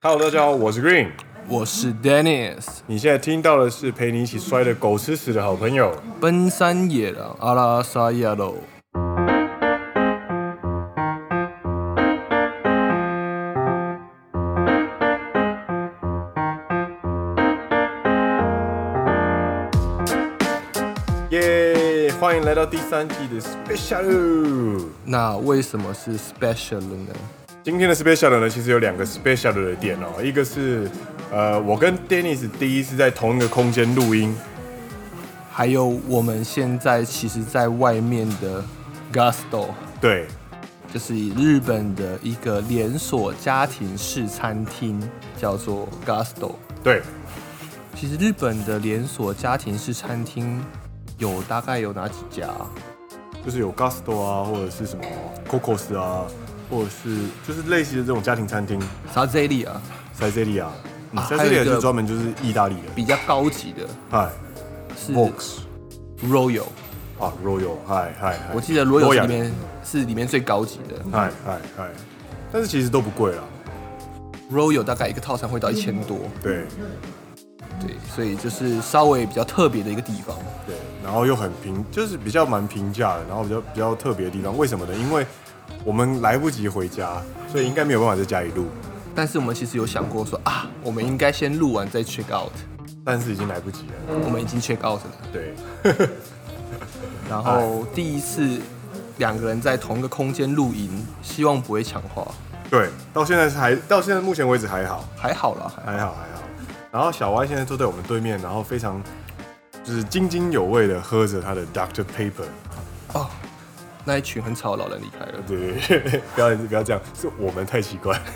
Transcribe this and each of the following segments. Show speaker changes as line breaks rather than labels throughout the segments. Hello，大家好，我是 Green。
我是 Dennis，
你现在听到的是陪你一起摔的狗吃屎的好朋友。
奔山野狼阿拉萨亚喽。
耶、欢迎来到第三季的 Special。
那为什么是 special 呢？
今天的 Special 呢，其实有两个 Special 的点哦，一个是呃，我跟 Dennis 第一次在同一个空间录音，
还有我们现在其实在外面的 Gusto，
对，
就是日本的一个连锁家庭式餐厅，叫做 Gusto。
对，
其实日本的连锁家庭式餐厅有大概有哪几家啊、
就是有 Gusto 啊，或者是什么 Cocos 啊，或者是就是类似的这种家庭餐厅
啥 z e l i 啊，
塞 i 利亚，
啊
塞 i 利
还有
亚
一个
就是专门就是意大利的，
比较高级的
嗨
是
，Vox
Royal，
啊，Royal，嗨嗨，嗨
我记得 Royal 是
Royal
里面是里面最高级的。
嗨嗨嗨，哎但是其实都不贵啦。
Royal 大概一个套餐会到一千多，
对
对，所以就是稍微比较特别的一个地方。
对，然后又很平，就是比较蛮平价的，然后比较比较特别的地方。为什么呢？因为我们来不及回家，所以应该没有办法在家里录，
但是我们其实有想过说啊，我们应该先录完再 check out，
但是已经来不及了。
我们已经 check out 了。
对
然后第一次两个人在同一个空间露营，希望不会强化，
对，到现在是还到现在目前为止还好，
还好啦，还
还好
好
还好。然后小 Y 现在坐在我们对面，然后非常就是津津有味的喝着他的 Doctor Paper。
哦。那一群很吵的老人离开了，
对对对，不要不要这样，是我们太奇怪。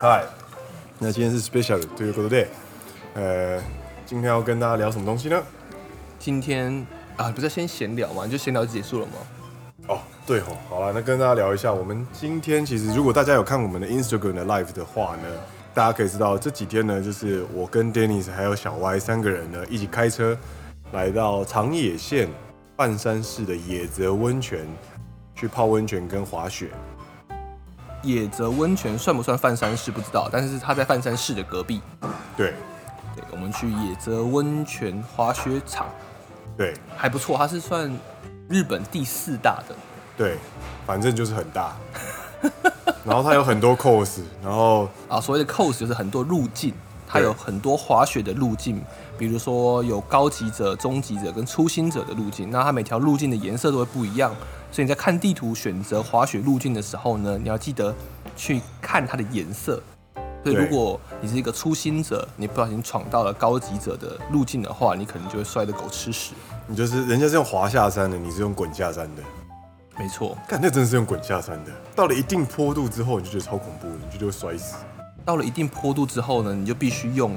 嗨，那今天是 special 对于 good day，呃，今天要跟大家聊什么东西呢？
今天啊，不是先闲聊嘛，就闲聊就结束了吗？
哦，对哦，好了，那跟大家聊一下，我们今天其实如果大家有看我们的 Instagram 的 live 的话呢，大家可以知道这几天呢，就是我跟 Dennis 还有小 Y 三个人呢一起开车来到长野县半山市的野泽温泉去泡温泉跟滑雪。
野泽温泉算不算范山市不知道，但是它在范山市的隔壁。
对
对，我们去野泽温泉滑雪场，
对，
还不错，它是算日本第四大的。
对，反正就是很大。 然后它有很多 cos，然后
啊，所谓的 cos 就是很多路径，它
对
有很多滑雪的路径，比如说有高级者、中级者跟初心者的路径。那它每条路径的颜色都会不一样，所以你在看地图选择滑雪路径的时候呢，你要记得去看它的颜色。所以
对
如果你是一个初心者，你不小心闯到了高级者的路径的话，你可能就会摔得狗吃屎。
你就是人家是用滑下山的，你是用滚下山的。
没错，
看，那真的是用滚下山的。到了一定坡度之后，你就觉得超恐怖，你就觉得会摔死。
到了一定坡度之后呢，你就必须用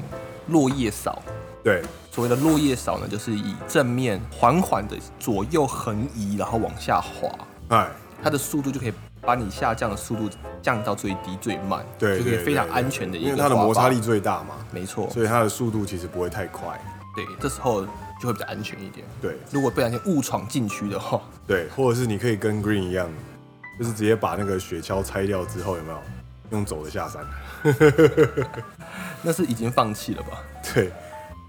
落叶扫。
对
所谓的落叶扫呢，就是以正面缓缓的左右横移，然后往下滑，
哎，
它的速度就可以把你下降的速度降到最低最慢，
对，
就可
对
以非常
对
安全的一
因
个
为它的
滑
摩
法
擦力，最大嘛，
没错，
所以它的速度其实不会太快。
对，这时候就会比较安全一点。
对
如果不小心误闯禁区的话，
对，或者是你可以跟 Green 一样，就是直接把那个雪橇拆掉之后，有没有用走的下山？
那是已经放弃了吧？
对，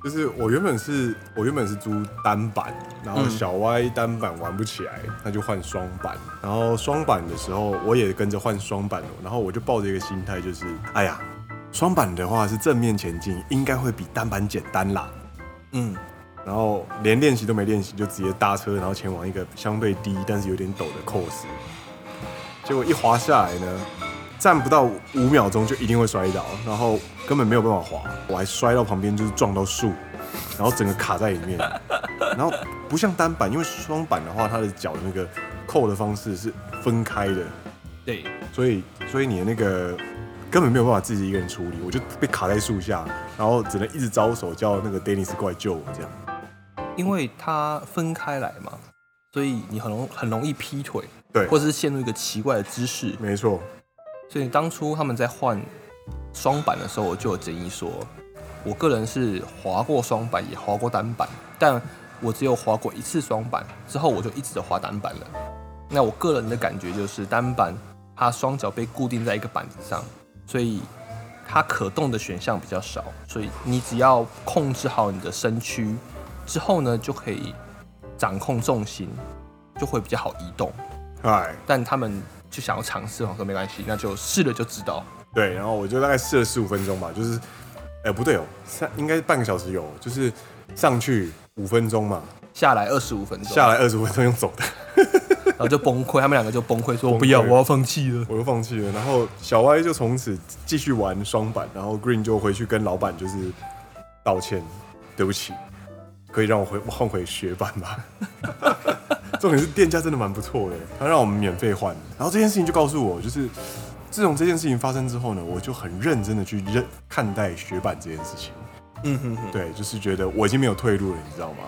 就是我原本是我原本是租单板，然后小歪单板玩不起来，那就换双板。然后双板的时候，我也跟着换双板了。哦然后我就抱着一个心态，就是哎呀，双板的话是正面前进，应该会比单板简单啦。
嗯，
然后连练习都没练习，就直接搭车，然后前往一个相对低但是有点陡的 course。结果一滑下来呢，站不到五秒钟就一定会摔倒，然后根本没有办法滑，我还摔到旁边就是撞到树，然后整个卡在里面。 然后不像单板，因为双板的话，它的脚的那个扣的方式是分开的，
对，
所以所以你的那个根本没有办法自己一个人处理，我就被卡在树下，然后只能一直招手叫那个 Dennis 过来救我这样。
因为它分开来嘛，所以你很容很容易劈腿，
对
或者是陷入一个奇怪的姿势，
没错，
所以当初他们在换双板的时候，我就有建议说，我个人是滑过双板，也滑过单板，但我只有滑过一次双板，之后我就一直滑单板了。那我个人的感觉就是单板他双脚被固定在一个板子上，所以它可动的选项比较少。所以你只要控制好你的身躯之后呢，就可以掌控重心，就会比较好移动。
哎，
但他们就想要尝试，我哦说没关系，那就试了就知道。
对，然后我就大概试了十五分钟吧，就是，哎、不对哦，三应该半个小时有，就是上去五分钟嘛，
下来二十五分钟，
下来二十分钟用走的，
然后就崩溃，他们两个就崩溃，说
崩溃
不要，我要放弃了。
我就放弃了。然后小歪就从此继续玩双板，然后 Green 就回去跟老板就是道歉，对不起，可以让我回换回雪板吗？ 重点是店家真的蛮不错的，他让我们免费换。然后这件事情就告诉我，就是自从这件事情发生之后呢，我就很认真的去认看待雪板这件事情。
嗯哼哼，
对，就是觉得我已经没有退路了，你知道吗？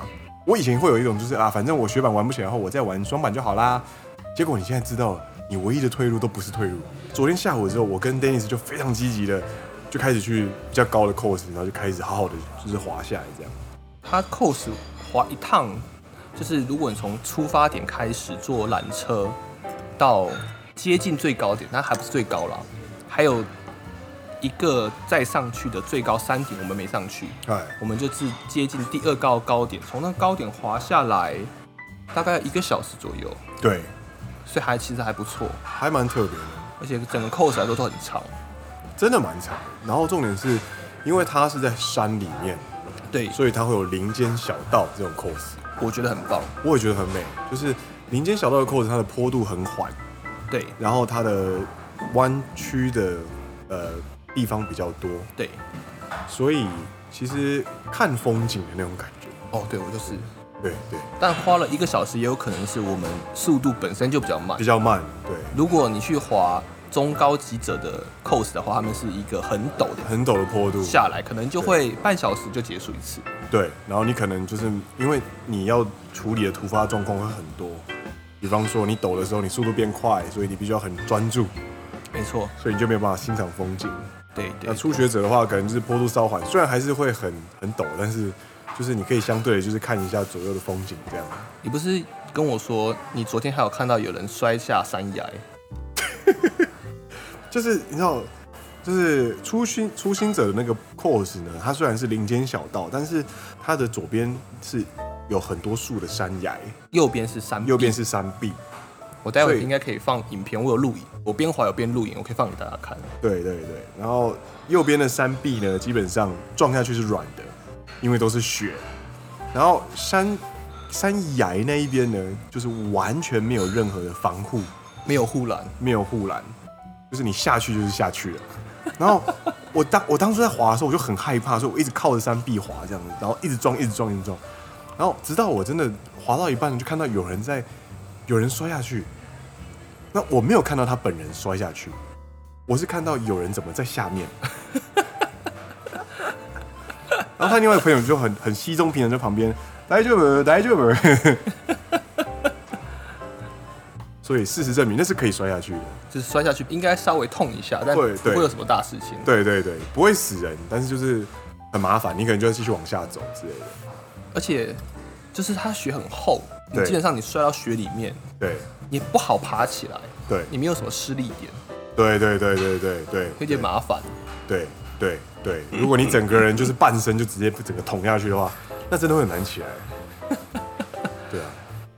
我以前会有一种就是啊，反正我雪板玩不起来后，我再玩双板就好啦。结果你现在知道了，你唯一的退路都不是退路。昨天下午的时候，我跟 Dennis 就非常积极的，就开始去比较高的 course，然后就开始好好的就是滑下来这样。
他 cos 滑一趟，就是如果你从出发点开始坐缆车到接近最高点，那还不是最高啦，还有一个再上去的最高山顶，我们没上去，
哎，
我们就是接近第二高高点，从那高点滑下来，大概一个小时左右，
对，
所以还其实还不错，
还蛮特别的，
而且整个 cos 来说都很长。
真的蛮长。然后重点是，因为它是在山里面，
对，
所以它会有林间小道这种 course，
我觉得很棒。
我也觉得很美。就是林间小道的 course，它的坡度很缓，
对
然后它的弯曲的呃地方比较多，
对，
所以其实看风景的那种感觉。
哦，对我就是，
对对，
但花了一个小时，也有可能是我们速度本身就比较慢
比。较慢，对，
如果你去滑中高级者的 cos 的话，他们是一个很陡的
很陡的坡度，
下来，可能就会半小时就结束一次。
对，然后你可能就是因为你要处理的突发状况会很多，比方说你陡的时候你速度变快，所以你必须要很专注，
没错，
所以你就没有办法欣赏风景。
对对
那初学者的话，可能就是坡度稍缓，虽然还是会很很陡，但是就是你可以相对的就是看一下左右的风景这样。
你不是跟我说你昨天还有看到有人摔下山崖？
就是你知道，就是初心初心者的那个 course 呢，它虽然是林间小道，但是它的左边是有很多树的山崖，
右边是山，
右边。是山壁。
我待
所
会
以
应该可以放影片，我有录影，我边滑有边录影，我可以放给大家看。
对对对，然后右边的山壁呢，基本上撞下去是软的，因为都是雪。然后山山崖那一边呢，就是完全没有任何的防护，
没有护栏，
没有护栏，就是你下去就是下去了。 然后我当我当初在滑的时候，我就很害怕，所以我一直靠着山壁滑这样子，然后一直撞，一直撞，一直撞。然后直到我真的滑到一半，就看到有人在有人摔下去。那我没有看到他本人摔下去，我是看到有人怎么在下面。 然后他另外一个朋友就很很稀松平常在旁边，来就门，来就门。 所以事实证明，那是可以摔下去的。
就是摔下去应该稍微痛一下，但不
对对
会有什么大事情。
对对对，不会死人，但是就是很麻烦，你可能就要继续往下走之类的。
而且就是它雪很厚，你
对
基本上你摔到雪里面，
对
你不好爬起来，
对
你没有什么施力点，
对对对对对对，
有点麻烦。
对对对，如果你整个人就是半身就直接整个捅下去的话，那真的会很难起来。 对啊，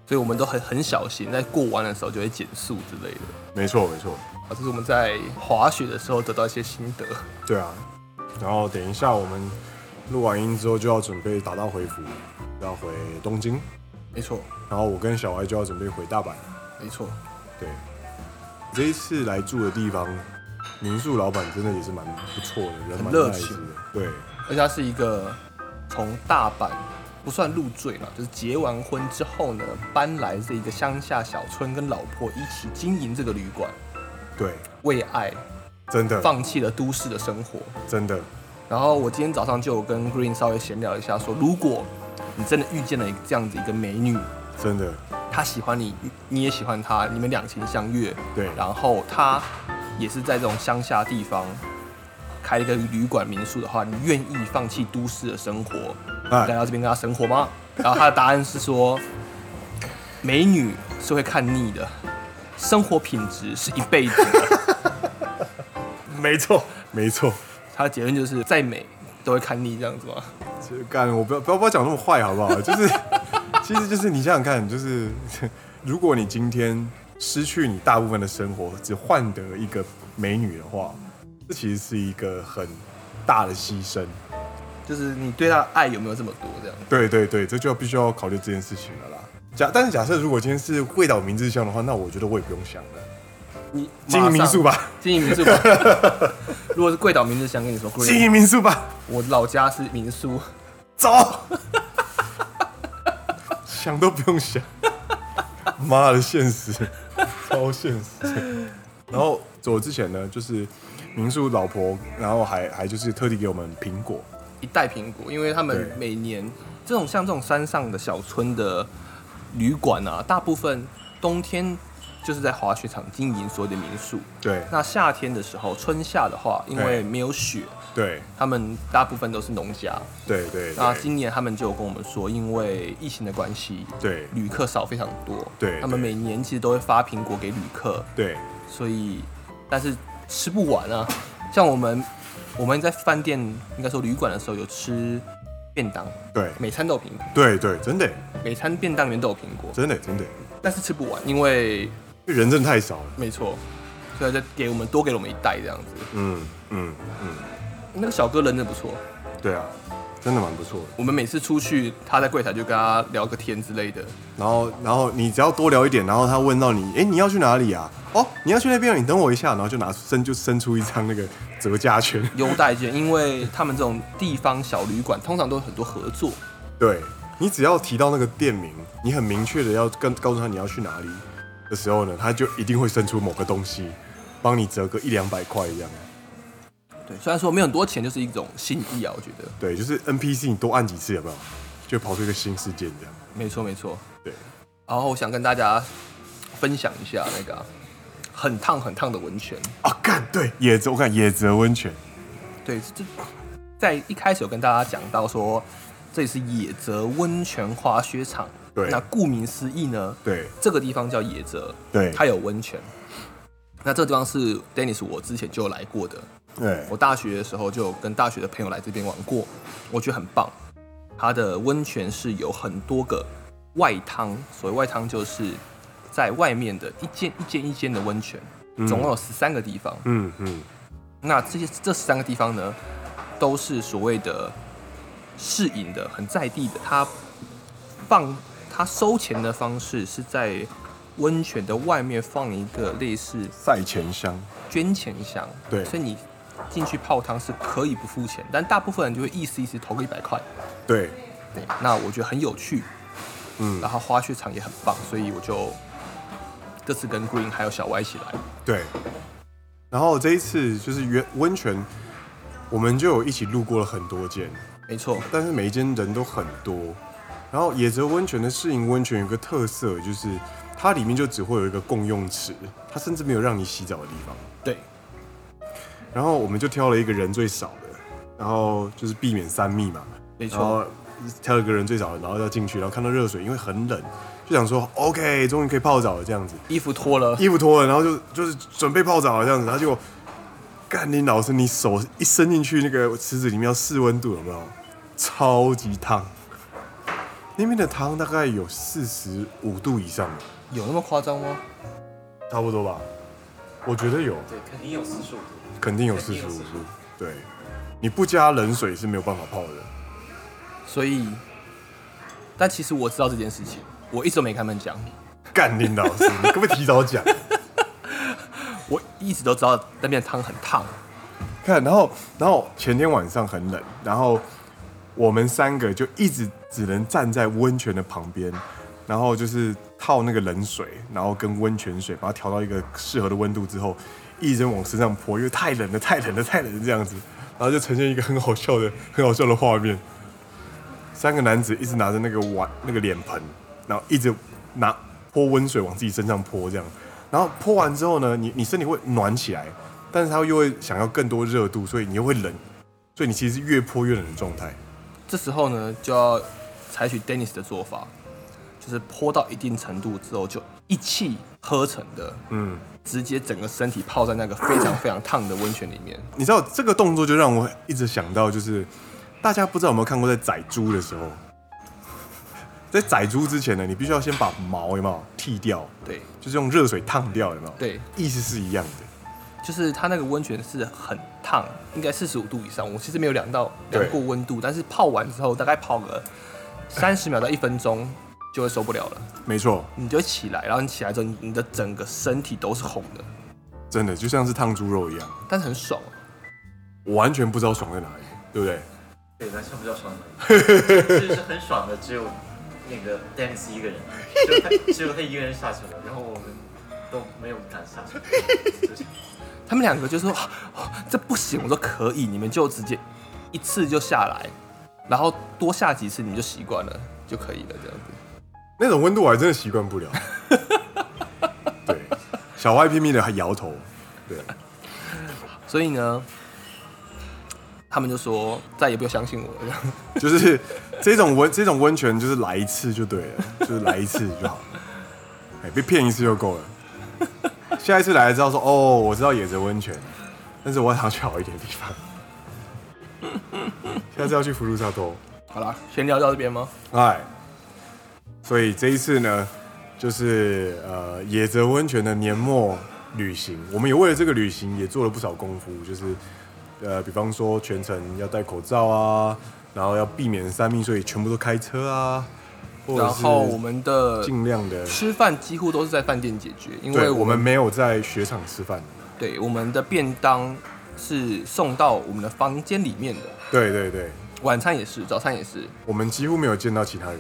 所以我们都很很小心，在过弯的时候就会减速之类的。
没错没错，
啊，这是我们在滑雪的时候得到一些心得。
对啊。然后等一下我们录完音之后就要准备打道回府，要回东京，
没错，
然后我跟小歪就要准备回大阪。
没错，
对，这一次来住的地方，民宿老板真的也是蛮不错的，人蛮
很热
nice
情
的。对
而且它是一个从大阪不算入赘嘛，就是结完婚之后呢，搬来这一个乡下小村，跟老婆一起经营这个旅馆，
对，
为爱
真的
放弃了都市的生活。
真的
然后我今天早上就有跟 Green 稍微闲聊一下说如果你真的遇见了一个这样子一个美女，
真的
她喜欢你，你你也喜欢她，你们两情相悦，
对
然后她也是在这种乡下地方开了一个旅馆民宿的话，你愿意放弃都市的生活来
哎，
到这边跟她生活吗？然后她的答案是说，美女是会看腻的，生活品质是一辈子的。
没错，没错。
他的结论就是再美都会看腻这样子嘛。
就干，我不要不要不要讲那么坏好不好？就是其实就是你想想看，就是如果你今天失去你大部分的生活，只换得一个美女的话，这其实是一个很大的牺牲。
就是你对他的爱有没有这么多这样？
对对对，这就要必须要考虑这件事情了啦。假但是假设如果今天是味道明志香的话，那我觉得我也不用想了，
你
经营民宿，吧，
经营民宿吧。 如果是贵岛明日香跟你说，
经营民宿吧，
我老家是民宿，
走，想都不用想，妈的现实，超现实。然后走之前呢，就是民宿老婆，然后还还就是特地给我们苹果，
一袋苹果，因为他们
对
每年这种像这种山上的小村的旅馆啊，大部分冬天就是在滑雪场经营所有的民宿。
对
那夏天的时候，春夏的话，因为
对
没有雪，
对
他们大部分都是农家。
对对
那
对
今年他们就有跟我们说，因为疫情的关系，
对
旅客少非常多。
对
他们
对
每年其实都会发苹果给旅客，
对
所以但是吃不完啊。像我们我们在饭店应该说旅馆的时候有吃便当，
对
每餐都有苹果，
对对，真的
每餐便当里面都有苹果，
真的真的，
但是吃不完，因为
因为人真的太少了。
没错，所以他就给我们多给了我们一袋这样子。
嗯嗯嗯，
那个小哥人真的不错，
对啊，真的蛮不错的。
我们每次出去他在柜台就跟他聊个天之类的，
然后，然后你只要多聊一点，然后他问到你，哎，你要去哪里啊？哦，你要去那边，你等我一下，然后就拿伸就伸出一张那个折价券。
优待券，因为他们这种地方小旅馆通常都有很多合作，
对你只要提到那个店名，你很明确的要跟告诉他你要去哪里的时候呢，他就一定会伸出某个东西，帮你折个一两百块这样。
对，虽然说没有很多钱，就是一种心意啊，我觉得，
对，就是 NPC 你多按几次有没有，就跑出一个新事件这样。
没错没错。
对，
然后我想跟大家分享一下那个啊、很烫很烫的温泉，
啊干，对野泽，我看野泽温泉，
对，这在一开始有跟大家讲到说，这里是野泽温泉滑雪场，
对
那顾名思义呢，
对
这个地方叫野泽，
对
它有温泉。那这个地方是 Dennis 我之前就有来过的，
对
我大学的时候就有跟大学的朋友来这边玩过，我觉得很棒。它的温泉是有很多个外汤，所谓外汤就是在外面的一间一间一间的温泉，总共有十三个地方。
嗯嗯，
那这些这十三个地方呢，都是所谓的试饮的，很在地的。它放它收钱的方式是在温泉的外面放一个类似
赛前香，
捐钱箱，
对
所以你进去泡汤是可以不付钱，但大部分人就会意思意思投个一百块，
对
对，那我觉得很有趣，
嗯
然后滑雪场也很棒，所以我就这次跟 Green 还有小歪一起来，
对。然后这一次就是原温泉，我们就有一起路过了很多间，
没错，
但是每一间人都很多。然后野泽温泉的适应温泉有个特色，就是它里面就只会有一个共用池，它甚至没有让你洗澡的地方。
对，
然后我们就挑了一个人最少的，然后就是避免三密嘛，
没
然
错，
后挑一个人最少的，然后要进去，然后看到热水，因为很冷，就想说 OK，终于可以泡澡了这样子。
衣服脱了，
衣服脱了，然后就就是准备泡澡了这样子，他就干你老师，你手一伸进去那个池子里面要试温度有没有？超级烫，那边的汤大概有四十五度以上，
有那么夸张吗？
差不多吧？我觉得有，
对，肯定有四十五度。
肯定有四十五度。对，你不加冷水是没有办法泡的。
所以，但其实我知道这件事情，我一直都没跟他们讲，
干你老师，你可不可以提早讲？
我一直都知道那边的汤很烫，
看，然后然后前天晚上很冷，然后我们三个就一直只能站在温泉的旁边，然后就是套那个冷水，然后跟温泉水把它调到一个适合的温度之后，一直往身上泼，因为太冷了，太冷了，太冷了这样子，然后就呈现一个很好笑的、很好笑的画面。三个男子一直拿着那个碗、那个脸盆，然后一直拿泼温水往自己身上泼，这样，然后泼完之后呢，你你身体会暖起来，但是它又会想要更多热度，所以你又会冷，所以你其实是越泼越冷的状态。
这时候呢，就要采取 Dennis 的做法，就是泼到一定程度之后，就一气喝成的，
嗯，
直接整个身体泡在那个非常非常烫的温泉里面。
你知道这个动作就让我一直想到，就是大家不知道有没有看过，在宰猪的时候，在宰猪之前呢，你必须要先把毛有没有剃掉，
对，
就是用热水烫掉，有没有？
对，
意思是一样的。
就是它那个温泉是很烫，应该四十五度以上。我其实没有量到
对
量过温度，但是泡完之后大概泡个三十秒到一分钟就会受不了了，
没错，
你就会起来，然后你起来之后，你的整个身体都是红的，
真的就像是烫猪肉一样，
但是很爽啊、
我完全不知道爽在哪里，对不对？
对，但是不叫爽的， 就是很爽的，只有那个 Dennis 一个人，只有他，只有他一个人下去了，然后我们都没有敢下去，就是
他们两个就说、 啊啊这不行，我说可以，你们就直接一次就下来，然后多下几次你们就习惯了就可以了，这样子。
那种温度我还真的习惯不了。 对，小歪拼命的摇头。对，
所以呢，他们就说再也不要相信我了这 样。
就是这种温这种温泉，就是来一次就对了，就是来一次就好了。哎，被骗一次就够了。下一次来了知道说哦，我知道野泽温泉，但是我想去好一点的地方。下次要去福禄萨多。
好啦，先聊到这边吗？
哎，所以这一次呢，就是呃野泽温泉的年末旅行，我们也为了这个旅行也做了不少功夫，就是呃，比方说全程要戴口罩啊，然后要避免三密，所以全部都开车啊，或者
然后我
是
们的
尽量的，
吃饭几乎都是在饭店解决，因为
对
我
我们
们
没有在雪场吃饭，
对我们的便当是送到我们的房间里面的，
对对对，
晚餐也是，早餐也是。
我们几乎没有见到其他人，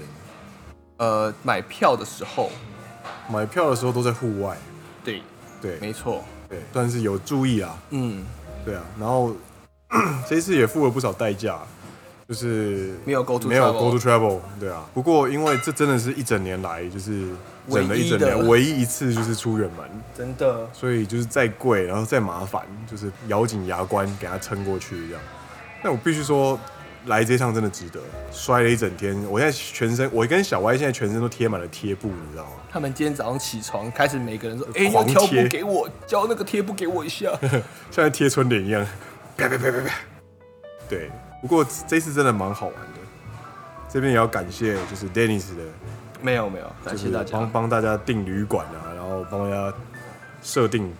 呃，买票的时候，
买票的时候都在户外，
对，
对
没错，
对，算是有注意啊。
嗯，
对啊，然后 这一次也付了不少代价，就是
没有 go to
没有
travel
go to travel，对啊。不过因为这真的是一整年来就是忍了一整年
唯一的
唯一一次就是出远门，
真的，
所以就是再贵然后再麻烦，就是咬紧牙关给它撑过去这样。但我必须说。来这趟真的值得，摔了一整天，我现在全身，我跟小歪现在全身都贴满了贴布，你知道吗？
他们今天早上起床开始每个人说，哎、要
狂
条
贴
布给我，交那个贴布给我一下。
像在贴春联一样，啪啪啪啪啪。对，不过这次真的蛮好玩的。这边也要感谢就是 Dennis 的，
没 有没有，感
就是
谢大
帮
家。
帮大家订旅馆啊，然后帮大家设定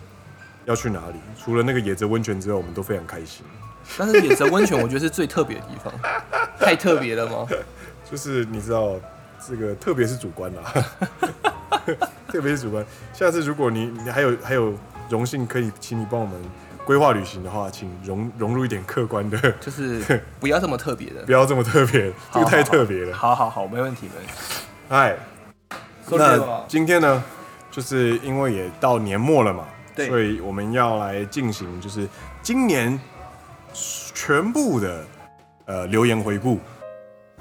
要去哪里。除了那个野泽温泉之外，我们都非常开心。
但是野泽温泉我觉得是最特别的地方，太特别了 吗？
就是你知道，这个特别是主观啦、 特别是主观。下次如果你你还有还有荣幸可以请你帮我们规划旅行的话，请融融入一点客观的，
就是不要这么特别的
不，要这么特别，这个太
好好
特别了。
好好好，没问题没问题。
嗨，
收拾
哎那
吧
今天呢，就是因为也到年末了嘛，
对
所以我们要来进行就是今年全部的呃留言回顾。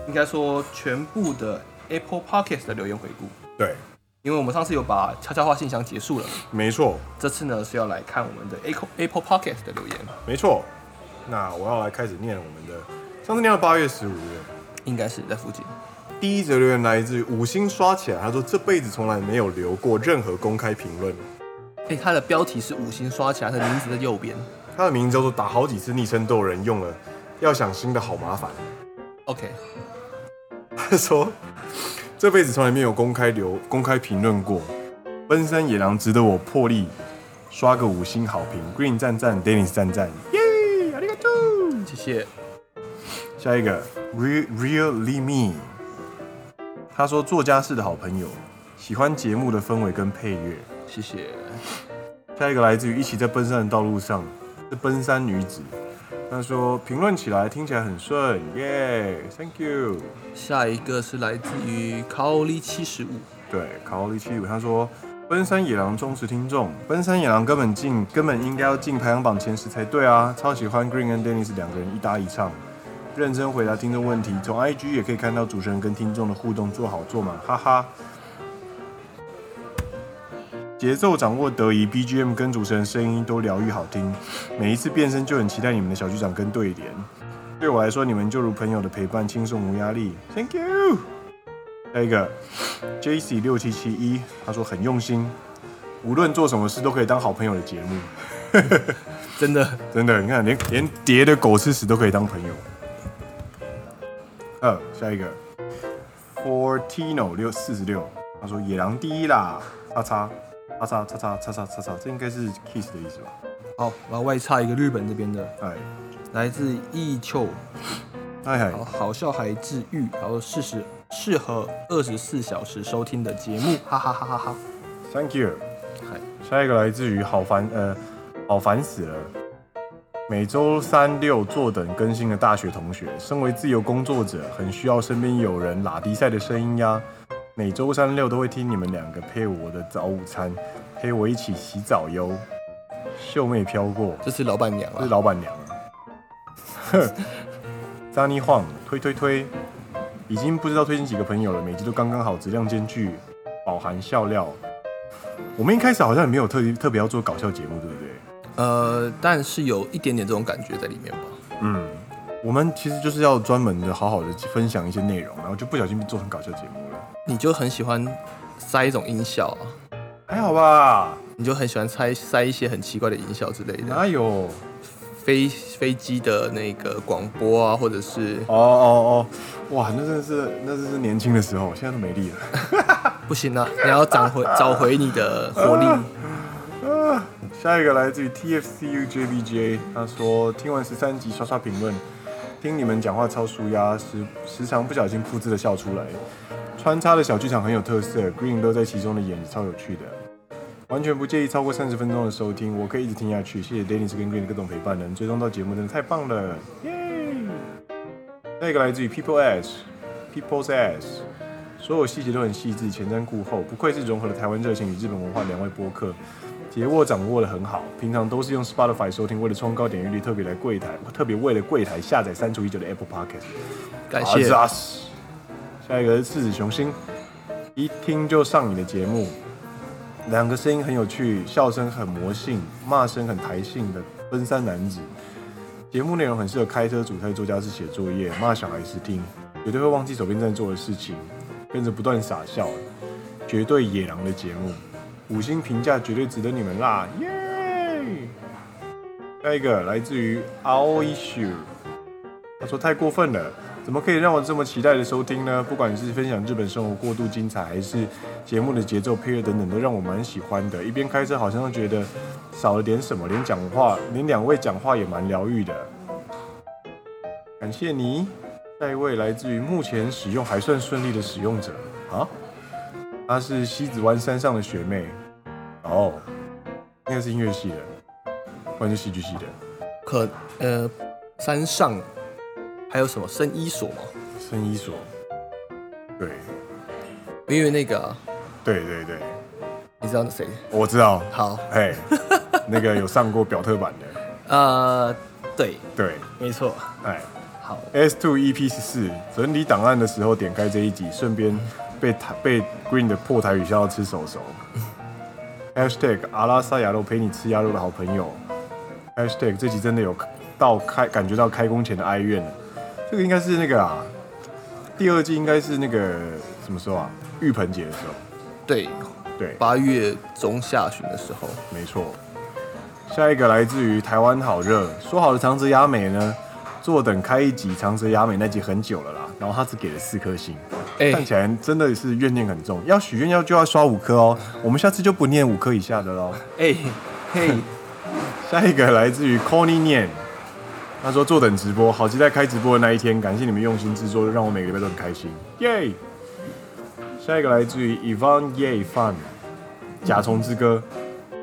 应该说全部的 Apple Podcast 的留言回顾，
对，
因为我们上次有把悄悄话信箱结束了，
没错，
这次呢是要来看我们的 Apple Apple Podcast 的留言，
没错。那我要来开始念我们的，上次念到八月十五日，
应该是在附近。
第一则留言来自五星刷起来，他说这辈子从来没有留过任何公开评论，
哎、它的标题是五星刷起来，它的名字在右边。
他的名字叫做打好几次昵称都有人用了，要想新的好麻烦。
OK，
他说这辈子从来没有公开留、公开评论过。奔山野狼值得我破例刷个五星好评，Green 赞赞，Dennis 赞赞，耶，ありがとう。
谢谢。
下一个 Real Really Me，他说做家事的好朋友，喜欢节目的氛围跟配乐。
谢谢，
下一个来自于一起在奔山的道路上，是奔山女子。她说评论起来听起来很顺，耶、t h a n k you。
下一个是来自于 c o l 七十五，
对，卡奥利七五，他说奔山野狼忠实听众，奔山野狼根本进，根本应该要进排行榜前十才对啊！超喜欢 Green 跟 Dennis 两个人一搭一唱，认真回答听众问题，从 IG 也可以看到主持人跟听众的互动，做好做满，哈哈。节奏掌握得宜，BGM 跟主持人声音都疗愈好听，每一次变身就很期待你们的小剧场跟对联。对我来说，你们就如朋友的陪伴，轻松无压力。Thank you。下一个 J C 六七七一，他说很用心。无论做什么事都可以当好朋友的节目，
真的
真的，你看连连叠的狗吃屎都可以当朋友。二，下一个，Fortino 六四十六，他说野狼第一啦，叉叉叉叉叉叉叉叉叉叉，这应该是 kiss 的意思吧？
好。然后外插一个日本这边的，
哎，
来自易秋，
哎哎
好，好笑还治愈，然后适时适合二十四小时收听的节目，哈哈哈哈哈。
，Thank you。
嗨
下一个来自于好烦呃，好烦死了。每周三六坐等更新的大学同学，身为自由工作者，很需要身边有人拉迪赛的声音呀。每周三六都会听你们两个配我的早午餐，陪我一起洗澡哟。秀妹飘过，
这是老板娘
是
啊，
老板娘啊。扎尼晃推推推，已经不知道推荐几个朋友了，每集都刚刚好，质量兼具，饱含笑料。我们一开始好像也没有特地特别要做搞笑节目，对不对？
呃，但是有一点点这种感觉在里面吧。
嗯，我们其实就是要专门的好好的分享一些内容，然后就不小心做成搞笑节目了，
你就很喜欢塞一种音效啊，
还好吧？
你就很喜欢塞塞一些很奇怪的音效之类的，
哪有？哦
飞飞机的那个广播啊，或者是
哦哦，哇，那真的是那真是年轻的时候，现在都没力了。
不行啊，你要找回找回你的活力。
下一个来自于 TFCUJBJ，他说听完十三集刷刷评论，听你们讲话超舒压，时时常不小心噗嗤的笑出来，穿插的小剧场很有特色，Green 都在其中的演是超有趣的，完全不介意超过三十分钟的收听，我可以一直听下去。谢谢 Dennis 跟 Green 的各种陪伴，能追踪到节目真的太棒了，耶！下一个来自于 People S People's S。所有细节都很细致，前瞻顾后，不愧是融合了台湾热情与日本文化两位播客，节握掌握的很好。平常都是用 Spotify 收听，为了冲高点阅率，特别来柜台，特别为了柜台下载三除一九的 Apple Podcast。
感谢，
啊下一个是赤子雄心，一听就上瘾的节目，两个声音很有趣，笑声很魔性，骂声很台性的奔三男子。节目内容很适合开车、煮菜、做家事、写作业、骂小孩时听，绝对会忘记手边正在做的事情，跟着不断傻笑，绝对野狼的节目，五星评价绝对值得你们啦，耶！下一个来自于 Our Issue，他说太过分了，怎么可以让我这么期待的收听呢？不管是分享日本生活过度精彩，还是节目的节奏、配乐等等，都让我蛮喜欢的。一边开车好像都觉得少了点什么，连讲话，连两位讲话也蛮疗愈的。感谢你，下一位来自于目前使用还算顺利的使用者啊，她是西子湾山上的学妹，哦，应该是音乐系的，不然就戏剧系的，
可呃，山上还有什么生医所吗？
生医所，对，
因为那个啊、
对对对，
你知道谁？
我知道，
好，
嘿，那个有上过表特版的，
呃，对，
对，
没错，
哎
好，
，S Two EP 十四整理档案的时候点开这一集，顺便被台被 Green 的破台语笑到吃手 手。Hashtag 阿拉萨亚肉陪你吃鸭肉的好朋友。Hashtag 这集真的有到开感觉到开工前的哀怨了，这个应该是那个啊，第二季应该是那个什么时候啊？浴盆节的时候，
对，
对，
八月中下旬的时候，
没错。下一个来自于台湾好热，说好的长泽雅美呢？坐等开一集长泽雅美那集很久了啦，然后他只给了四颗星，
哎
看起来真的是怨念很重，要许愿要就要刷五颗哦，我们下次就不念五颗以下的喽。
哎、嘿，
下一个来自于 Connie 念，他说坐等直播，好期待开直播的那一天，感谢你们用心制作，让我每个礼拜都很开心，耶！下一个来自于 Ivan Ye Fan，甲虫之歌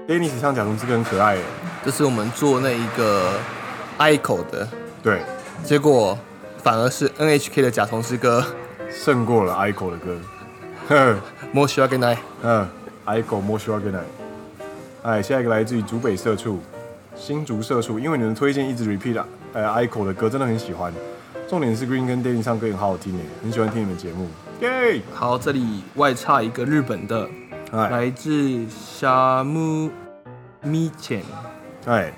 ，Dennis 唱甲虫之歌很可爱耶，
这是我们做那一个 i 口的，
对，
结果反而是 NHK 的甲虫之歌
胜过了 Ico 的歌， 哼，
《More s h a g a n I》。
嗯，Ico More Sugar Good Night。哎，下一个来自于竹北社畜，新竹社畜，因为你们推荐一直 repeat 呃 Ico 的歌，真的很喜欢。重点是 Green 跟 Danny 唱歌也很好听耶，很喜欢听你们节目。耶！
好，这里外插一个日本的，
哎
来自夏目咪浅
哎，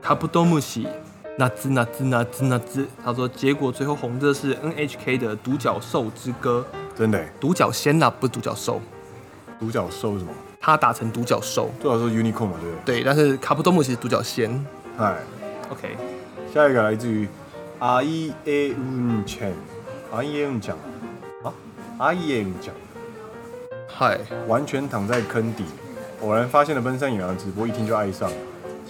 卡布多木喜。那兹那兹那兹那兹，他说结果最后红的是 NHK 的《独角兽之歌
真的耶，》，
啊独角仙呐、不是独角兽，
独角兽是什么？
它打成独角兽。
多少说 unicorn 嘛，对不
对，但是卡布多姆其实独角仙。
对？嗨，
OK，
下一个来自于 R E A U Chen，R E A U 讲啊，R E A U 讲，
嗨，
完全躺在坑底，偶然发现了奔山野狼的直播，一听就爱上。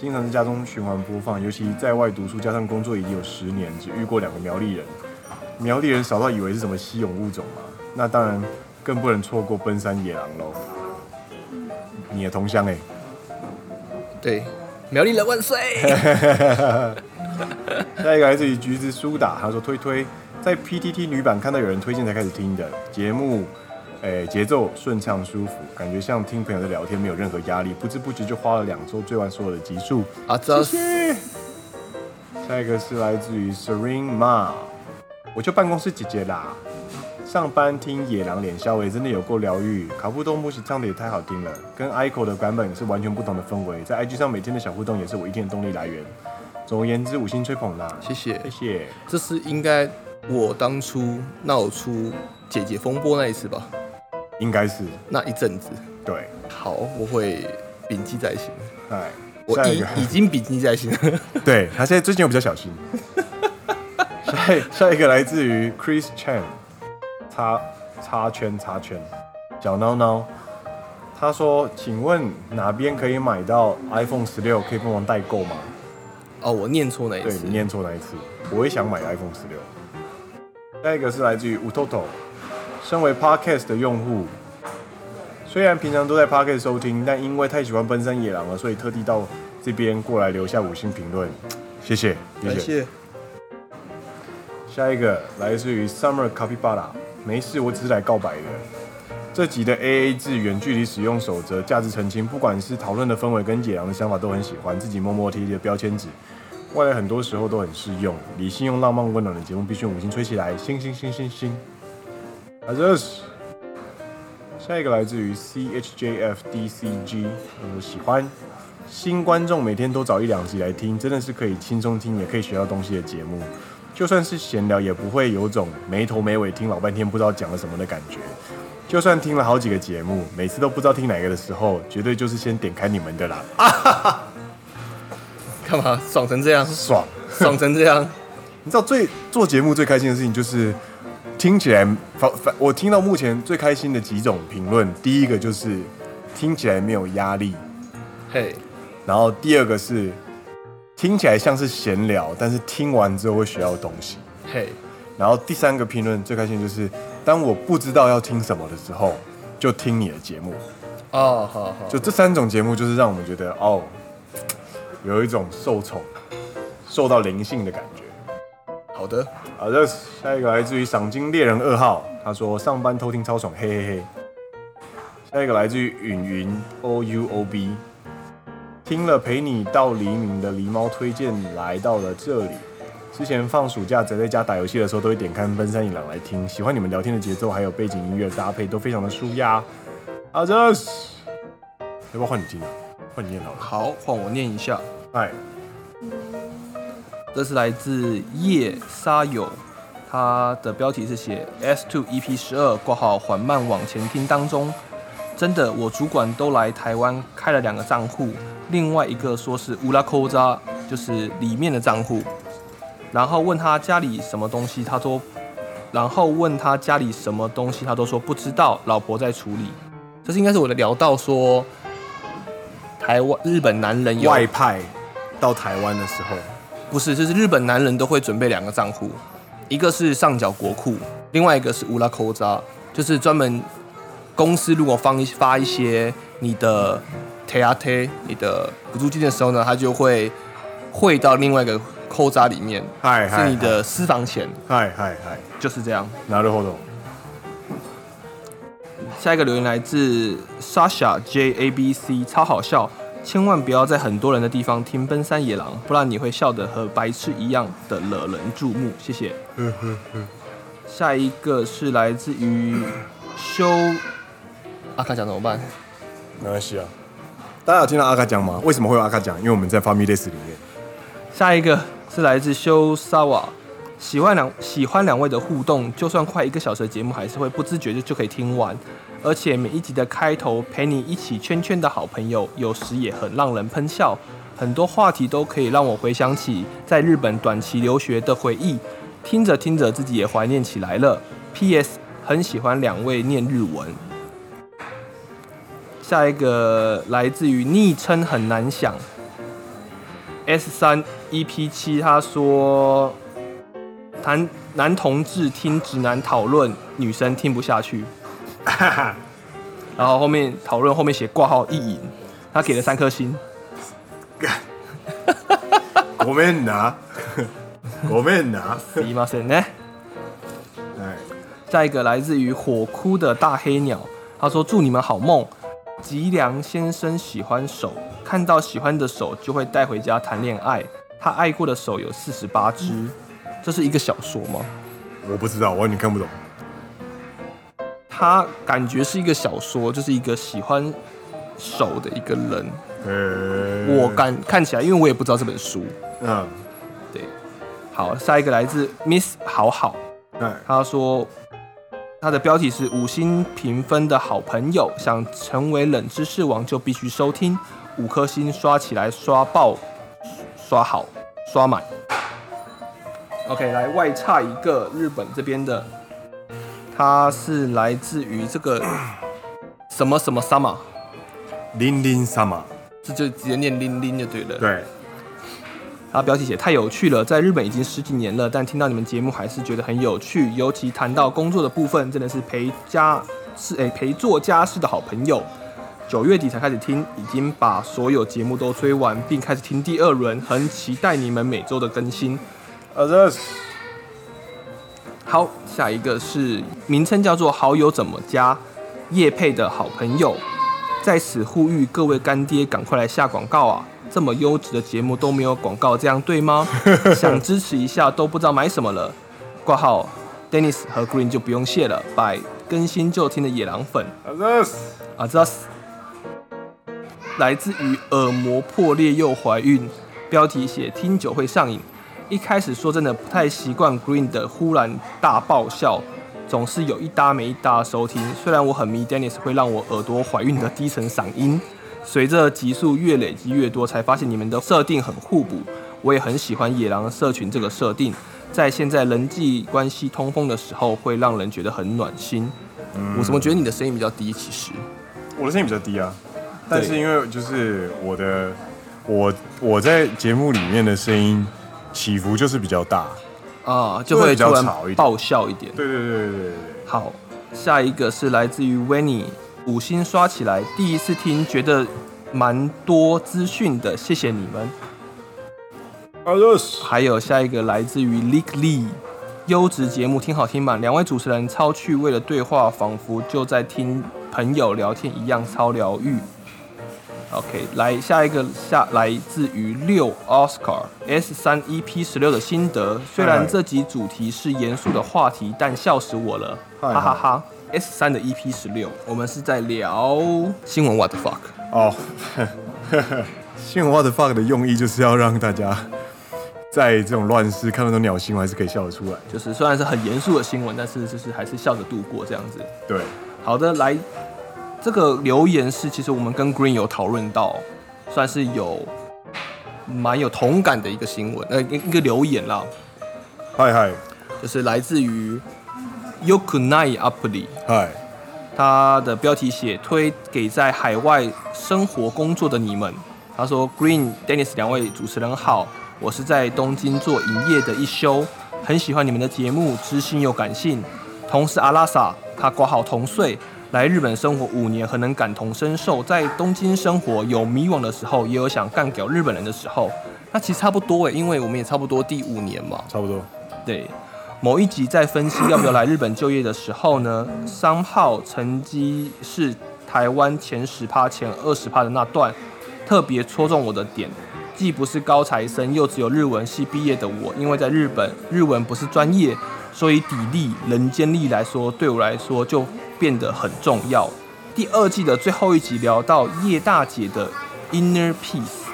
经常在家中循环播放，尤其在外读书加上工作已经有十年，只遇过两个苗栗人。苗栗人少到以为是什么稀有物种嘛，那当然更不能错过奔山野狼喽。你的同乡哎、
对，苗栗人万 岁！
下一个来自于橘子苏打，他说推推，在 PTT 女版看到有人推荐才开始听的节目，诶、节奏顺畅舒服，感觉像听朋友在聊天，没有任何压力，不知不觉就花了两周追完所有的集数。
啊，这
谢谢。下一个是来自于 Serene Ma，我就办公室姐姐啦。上班听野狼脸笑伟真的有够疗愈，卡布多木西唱的也太好听了，跟 Ico 的版本是完全不同的氛围。在 IG 上每天的小互动也是我一天的动力来源。总而言之，五星吹捧啦，
谢谢
谢谢。
这是应该我当初闹出姐姐风波那一次吧？
应该是
那一阵子，
对，
好，我会铭记在心。
哎，
我
下一
已
个，
已经铭记在心了。
对他现在最近又比较小 心。下一下一个来自于 Chris Chan，擦擦圈擦圈，小孬孬。他说：“请问哪边可以买到 iPhone 十六？可以帮忙代购吗
哦，我念错那？”一
对
次
你。念错那一次，我也想买 iPhone 十六。下一个是来自于 Utoto，身为 Podcast 的用户，虽然平常都在 Podcast 收听，但因为太喜欢奔山野狼了，所以特地到这边过来留下五星评论，谢谢，
感谢。
下一个来自于 Summer Capybara，没事，我只是来告白的。这集的 AA 制远距离使用守则价值澄清，不管是讨论的氛围跟野狼的想法都很喜欢，自己默默贴贴的标签纸，外来很多时候都很适用。理性用浪漫温暖的节目，必须用五星吹起来，星星星星星。阿热下一个来自于 CHJFDCG，我喜欢。新观众每天都找一两集来听，真的是可以轻松听，也可以学到东西的节目。就算是闲聊，也不会有种没头没尾听老半天不知道讲了什么的感觉。就算听了好几个节目，每次都不知道听哪个的时候，绝对就是先点开你们的啦，啊，
干嘛爽成这样？
爽！
爽成这样？
你知道最做节目最开心的事情就是听起来反反，我听到目前最开心的几种评论，第一个就是听起来没有压力，
嘿，
然后第二个是听起来像是闲聊，但是听完之后会学到东西。
嘿，
然后第三个评论最开心的就是，当我不知道要听什么的时候，就听你的节目。
哦，好好。
就这三种节目，就是让我们觉得哦，有一种受宠、受到灵性的感觉。
好的，
好的，下一个来自于赏金猎人二号，他说上班偷听超爽，嘿嘿嘿。下一个来自于云云 O U O B，听了陪你到黎明的狸猫推荐来到了这里。之前放暑假宅在家打游戏的时候，都会点开《奔山野狼》来听，喜欢你们聊天的节奏，还有背景音乐搭配都非常的舒压。好的，要不要换你听啊？换你念好了。
好，换我念一下。
哎，
这是来自叶沙友，他的标题是写 S Two EP 十二挂号缓慢往前听当中。真的，我主管都来台湾开了两个账户，另外一个说是乌拉扣扎，就是里面的账户。然后问他家里什么东西，他说，然后问他家里什么东西，他都说不知道，老婆在处理。这是应该是我的聊到说，台湾日本男人有
外派到台湾的时候，
不是，就是日本男人都会准备两个账户，一个是上缴国库，另外一个是乌拉扣扎，就是专门公司如果放一发一些你的 t a t 你的补助金的时候呢，它就会汇到另外一个扣扎里面，
嗨嗨，
是你的私房钱，
嗨，嗨嗨嗨，
就是这样。
拿着后头。
下一个留言来自 Sasha J A B C，超好笑，千万不要在很多人的地方听《奔山野狼》，不然你会笑得和白痴一样的惹人注目。谢谢。嗯下一个是来自于修，阿卡讲怎么办？
没关系啊。大家有听到阿卡讲吗？为什么会有阿卡讲？因为我们在 Family Days 里面。
下一个是来自修萨瓦，喜欢两喜欢两位的互动，就算快一个小时的节目，还是会不自觉就就可以听完。而且每一集的开头陪你一起圈圈的好朋友，有时也很让人喷笑。很多话题都可以让我回想起在日本短期留学的回忆，听着听着自己也怀念起来了。P.S. 很喜欢两位念日文。下一个来自于昵称很难想，S 三 EP 七，他说谈男同志听直男讨论，女生听不下去。然后后面讨论后面写挂号意淫，他给了三颗星。
ごめん な，ごめんな。
すいませんね。
哎，
下一个来自于火窟的大黑鸟，他说：“祝你们好梦。”吉良先生喜欢手，看到喜欢的手就会带回家谈恋爱。他爱过的手有四十八只，这是一个小说吗？
我不知道，我完全看不懂。
他感觉是一个小说，就是一个喜欢手的一个人。
呃，
我感看起来，因为我也不知道这本书。
嗯，
对，好，下一个来自 Miss 好好，
哎，
他说他的标题是五星评分的好朋友，想成为冷知识王就必须收听，五颗星刷起来，刷爆，刷好，刷满。OK，来外差一个日本这边的，他是来自于这个什么什么 summer，
零零三嘛，
这就直接念零零就对了。
对，
啊，标题写太有趣了，在日本已经十几年了，但听到你们节目还是觉得很有趣，尤其谈到工作的部分，真的是陪家是诶、陪做家事的好朋友。九月底才开始听，已经把所有节目都追完，并开始听第二轮，很期待你们每周的更新。
啊这是
好，下一个是名称叫做“好友怎么加”，叶配的好朋友，在此呼吁各位干爹赶快来下广告啊！这么优质的节目都没有广告，这样对吗？想支持一下都不知道买什么了。挂号，Dennis 和 Green 就不用谢了，拜！更新就听的野狼粉
啊这是
啊，知道死来自于耳膜破裂又怀孕，标题写听酒会上瘾。一开始说真的不太习惯 Green 的忽然大爆笑，总是有一搭没一搭的收听。虽然我很迷 Dennis 会让我耳朵怀孕的低沉嗓音，随着集数越累积越多，才发现你们的设定很互补。我也很喜欢野狼社群这个设定，在现在人际关系通风的时候，会让人觉得很暖心。我怎么觉得你的声音比较低？其实，
我的声音比较低啊，但是因为就是我的我我在节目里面的声音起伏就是比较大。
啊，就会
比较
突然
吵一点
爆笑一点。
对对对对对对。
好，下一个是来自于 Winnie，五星刷起来，第一次听觉得蛮多资讯的，谢谢你们。
啊这是
还有下一个来自于 Leak Lee，优质节目听好听满，两位主持人超趣味的对话，仿佛就在听朋友聊天一样，超疗愈。OK，来下一个下来自于六 Oscar S 三 EP 十六的心得，虽然
嗨
这集主题是严肃的话题，但笑死我了，
嗨
哈哈哈。S 三的 EP 十六，我们是在聊新闻 What the fuck。
哦，新闻 What the fuck 的用意就是要让大家在这种乱世看到那种鸟新闻还是可以笑得出来。
就是虽然是很严肃的新闻，但是就是还是笑着度过这样子。
对，
好的，来，这个留言是其实我们跟 Green 有讨论到，算是有蛮有同感的一个新闻，呃，一一个留言啦，
嗨嗨
就是来自于 Yokunai Apply，
嗨，
它的标题写推给在海外生活工作的你们。他说：“Green、Dennis 两位主持人好，我是在东京做营业的一休，很喜欢你们的节目，知性又感性。同是阿拉萨，他挂号同岁，来日本生活五年，很能感同身受。在东京生活有迷惘的时候，也有想干掉日本人的时候。那其实差不多欸诶，因为我们也差不多第五年嘛。
差不多。
对，某一集在分析要不要来日本就业的时候呢，商号成绩是台湾前十趴、前二十趴的那段，特别戳中我的点。既不是高材生，又只有日文系毕业的我，因为在日本日文不是专业，所以底力、人间力来说，对我来说就变得很重要。第二季的最后一集聊到叶大姐的 inner peace，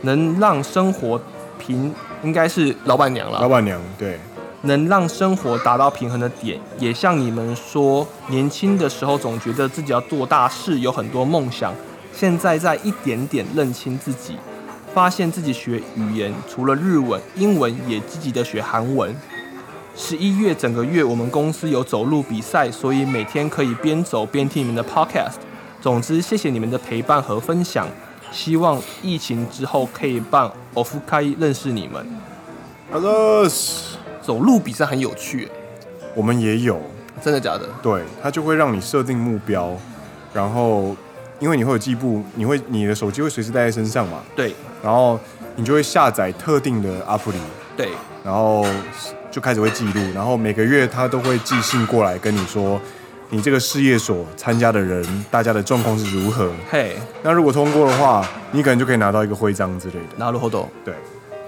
能让生活平，应该是老板娘了
老，板娘，对，
能让生活达到平衡的点，也像你们说，年轻的时候总觉得自己要做大事，有很多梦想，现在在一点点认清自己，发现自己学语言，除了日文，英文也积极的学韩文。十一月整个月我们公司有走路比赛，所以每天可以边走边听你们的 podcast。总之，谢谢你们的陪伴和分享，希望疫情之后可以办 off 开认识你们。
Hello，
走路比赛很有趣，
我们也有，
真的假的？
对，它就会让你设定目标，然后因为你会有计步，你会你的手机会随时带在身上嘛，
对
然后你就会下载特定的 app 里，
对，
然后就开始会记录，然后每个月他都会寄信过来跟你说，你这个事业所参加的人，大家的状况是如何。
嘿，
那如果通过的话，你可能就可以拿到一个徽章之类的。
拿鲁后斗，
对，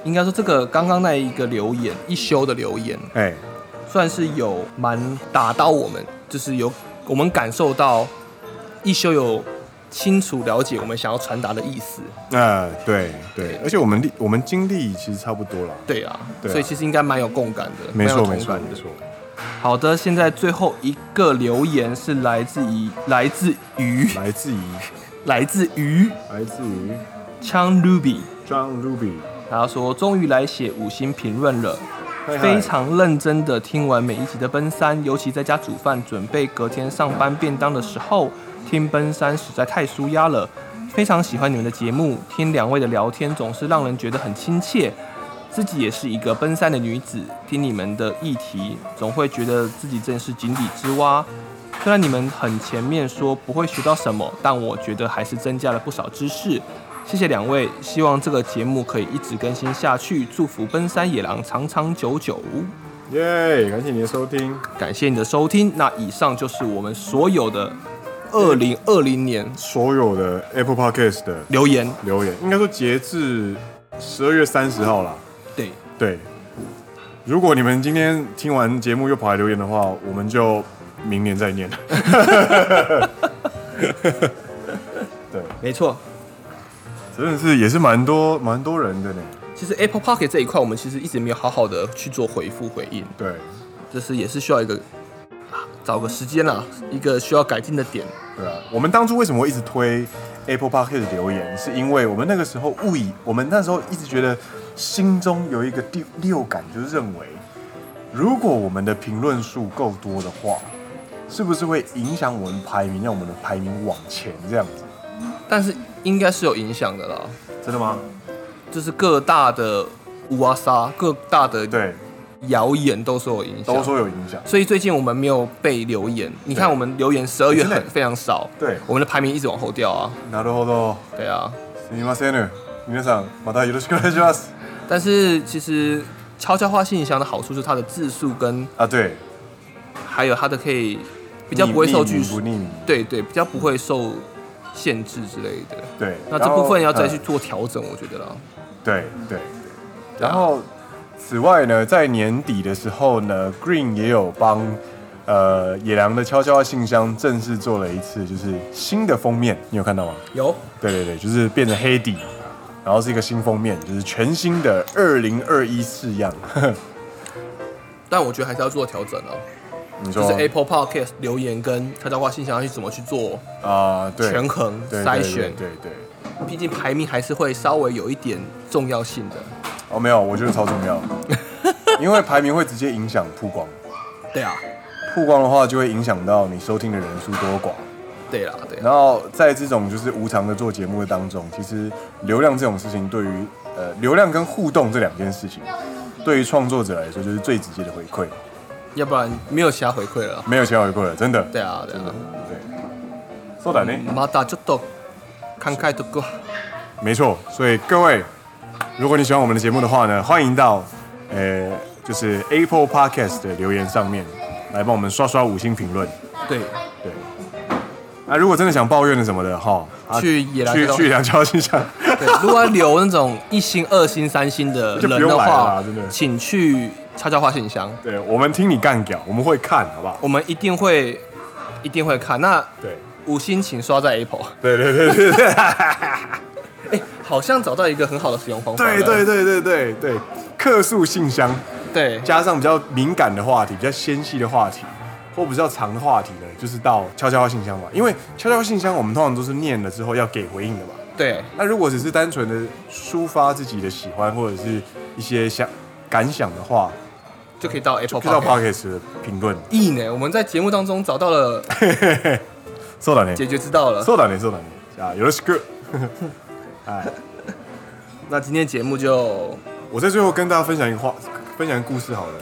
应该说这个刚刚那一个留言一休的留言，
哎，
算是有蛮打到我们，就是有我们感受到一休有清楚了解我们想要传达的意思。
那、对对，而且我们历我们经历其实差不多啦。
对啊，
对啊
所以其实应该蛮有共感的，
没错
蛮
没
有同
错
感的
没错。
好的，现在最后一个留言是来自于来自于
来自于
来自于
来自于
Chang Ruby，
John Ruby，
他说终于来写五星评论了。
嗨嗨
非常认真的听完每一集的奔三，尤其在家煮饭准备隔天上班便当的时候，听奔三实在太舒压了。非常喜欢你们的节目，听两位的聊天总是让人觉得很亲切。自己也是一个奔三的女子，听你们的议题，总会觉得自己正是井底之蛙。虽然你们很前面说不会学到什么，但我觉得还是增加了不少知识。谢谢两位，希望这个节目可以一直更新下去，祝福奔山野狼长长久久。
耶感谢你的收听，
感谢你的收听，那以上就是我们所有的二零二零年
所有的 Apple Podcast 的
留言。
留言，应该说截至十二月三十号啦。
对，
对，如果你们今天听完节目又跑来留言的话，我们就明年再念。 对，
没错。
真的是也是蛮多蛮多人的呢。
其实 Apple Pocket 这一块，我们其实一直没有好好的去做回复回应，
对，
就是也是需要一个啊找个时间啦，一个需要改进的点。
对啊，我们当初为什么会一直推 Apple Podcast 的留言，是因为我们那个时候误以我们那时候一直觉得心中有一个第六感，就是认为如果我们的评论数够多的话，是不是会影响我们排名，让我们的排名往前这样子？
但是应该是有影响的啦，
真的吗？
就是各大的乌啊沙，各大的
对，
谣言都受影响，
都说有影响。
所以最近我们没有被留言。你看，
对
我们留言十二月
真的
很非常少，
对
我们的排名一直往后掉啊。
なるほど。
对啊，
すみません。皆さん、またよろしくお願いします。
但是其实悄悄话信箱的好处是它的字数跟
啊，对，
还有它的可以比较不会
匿
受
名
拘
不
束
匿，名。
对对，比较不会受限制之类的。
对，
那这
然后
部分要再去
嗯
做调整，我觉得啦。
对对。然后，此外呢，在年底的时候呢，Green 也有帮呃野狼的悄悄话信箱正式做了一次，就是新的封面，你有看到吗？
有
对对对，就是变成黑底，然后是一个新封面，就是全新的二零二一式样。
但我觉得还是要做调整啊，
你说
就是 Apple Podcast 留言跟悄悄话信箱要去怎么去做
啊，对，
权衡
对对
筛选，
对对对。
毕竟排名还是会稍微有一点重要性的。
哦，没有，我觉得超重要，因为排名会直接影响曝光，
对啊，
曝光的话就会影响到你收听的人数多寡。
对啦，对啦，啊
然后在这种就是无偿的做节目的当中，其实流量这种事情对于呃流量跟互动这两件事情，对于创作者来说就是最直接的回馈，
要不然没有其他回馈了。
没有钱回馈了，真的。
对啊，对啊。
对，そうだね，
またちょっと考えとくわ。
没错。所以各位，如果你喜欢我们的节目的话呢，欢迎到呃就是 Apple Podcast 的留言上面来帮我们刷刷五星评论。
对，
对。啊，如果真的想抱怨的什么的哈，啊
去野狼
去
街道
去梁桥信箱，
对，如果要留那种一星、二星、三星的
就不
人
用
的
来了啦
话
真的，
请去悄悄话信箱，
对我们听你干屌，我们会看，好不好？
我们一定会一定会看。那
对。
五星请刷在 Apple。
对对对对对，
好像找到一个很好的使用方法了。
对对对对对对，客诉信箱
对，
加上比较敏感的话题、比较纤细的话题，或比较长的话题呢，就是到悄悄话信箱嘛。因为悄悄话信箱我们通常都是念了之后要给回应的嘛。
对
那如果只是单纯的抒发自己的喜欢或者是一些想感想的话，
就可以到 Apple
就到
Podcast。
Pockets 的评论。
意呢？我们在节目当中找到了
そうだね。
解决之道了。
そうだね。そうだね。じゃあよろしく。
那今天节目就
我在最后跟大家分享一个话，分享一个故事好了。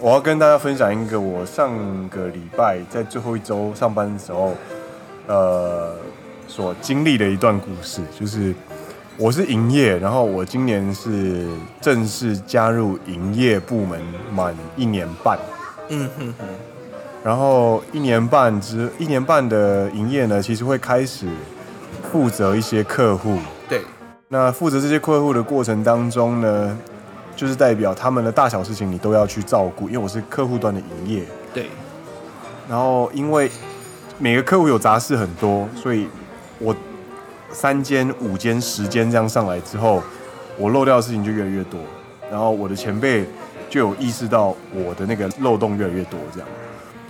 我要跟大家分享一个我上个礼拜在最后一周上班的时候，呃，所经历的一段故事，就是我是营业，然后我今年是正式加入营业部门满一年半，
嗯哼哼，
然后一年半之一年半的营业呢，其实会开始负责一些客户，
对
那负责这些客户的过程当中呢，就是代表他们的大小事情你都要去照顾，因为我是客户端的营业。
对
然后因为每个客户有杂事很多，所以我三间、五间、十间这样上来之后，我漏掉的事情就越来越多。然后我的前辈就有意识到我的那个漏洞越来越多，这样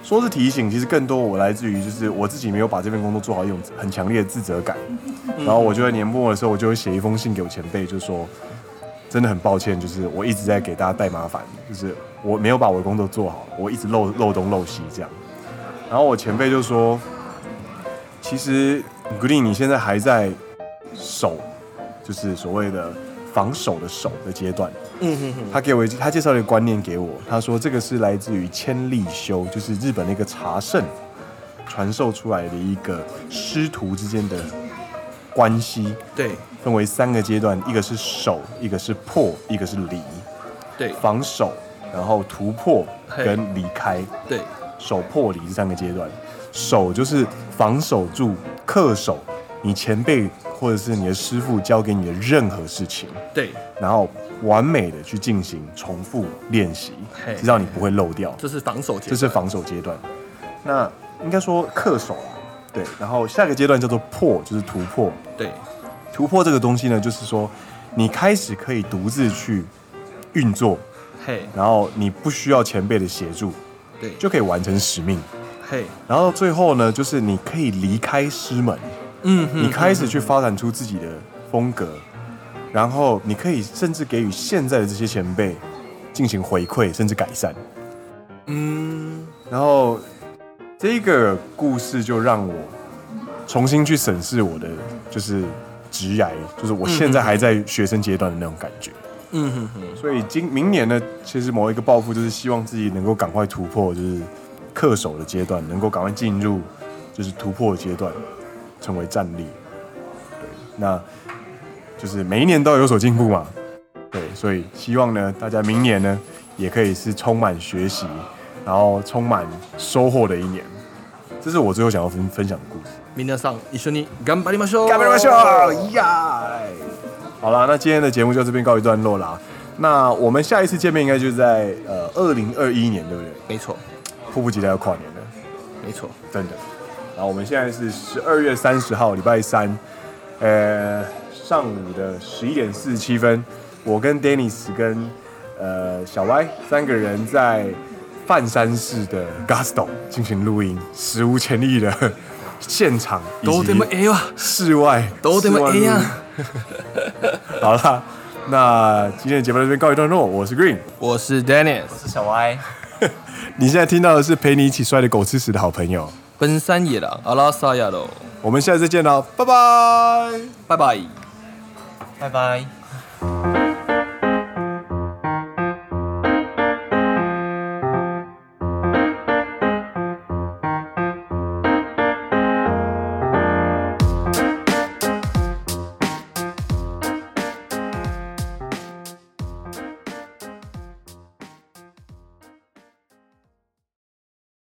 说是提醒，其实更多我来自于就是我自己没有把这份工作做好，一种很强烈的自责感。然后我就在年末的时候，我就会写一封信给我前辈，就说真的很抱歉，就是我一直在给大家带麻烦，就是我没有把我的工作做好，我一直漏漏东漏西这样。然后我前辈就说，其实 Green 你现在还在守，就是所谓的防守的守的阶段。
嗯哼哼，
他给我一他介绍了一个观念给我，他说这个是来自于千利休，就是日本那个茶圣传授出来的一个师徒之间的关系，
对
分为三个阶段，一个是守，一个是破，一个是离，
对
防守，然后突破
嘿
跟离开。
对
守破离这三个阶段。守就是防守住、恪守你前辈或者是你的师傅交给你的任何事情，
对，
然后完美的去进行重复练习
嘿，
直到你不会漏掉。
这是防守节，
这是防守阶段。那应该说恪守啊，对。然后下一个阶段叫做破，就是突破。
对
突破这个东西呢，就是说你开始可以独自去运作，
嘿
然后你不需要前辈的协助，
对
就可以完成使命。
嘿
然后最后呢，就是你可以离开师门，
嗯哼
你开始去发展出自己的风格，然后你可以甚至给予现在的这些前辈进行回馈，甚至改善。
嗯
然后这个故事就让我重新去审视我的就是职涯，就是我现在还在学生阶段的那种感觉。
嗯哼哼，
所以今明年呢，其实某一个抱负就是希望自己能够赶快突破，就是恪守的阶段，能够赶快进入就是突破的阶段，成为战力。对，那就是每一年都有所进步嘛。对，所以希望呢，大家明年呢也可以是充满学习，然后充满收获的一年。这是我最后想要分分享的故事。
明天上一緒に頑張りましょう。
干杯吧秀呀！哦好啦，那今天的节目就这边告一段落啦。那我们下一次见面应该就在呃二零二一年，对不对？
没错
迫不及待要跨年了，
没错，
真的。然后我们现在是十二月三十号，礼拜三，呃，上午的十一点四十七分，我跟 Dennis 跟呃小歪三个人在范山市的 Gusto 进行录音，史无前例的现场以
どうで
及
もええわ。
室外，
どうでもええやん。
好啦，那今天的节目到这边告一段落。我是 Green，
我是 Dennis，
是小歪，
你现在听到的是陪你一起摔的狗吃屎的好朋友。
奔山野狼阿拉萨亚喽，
我们下次再见喽，拜拜。
拜拜。
拜拜。
拜拜。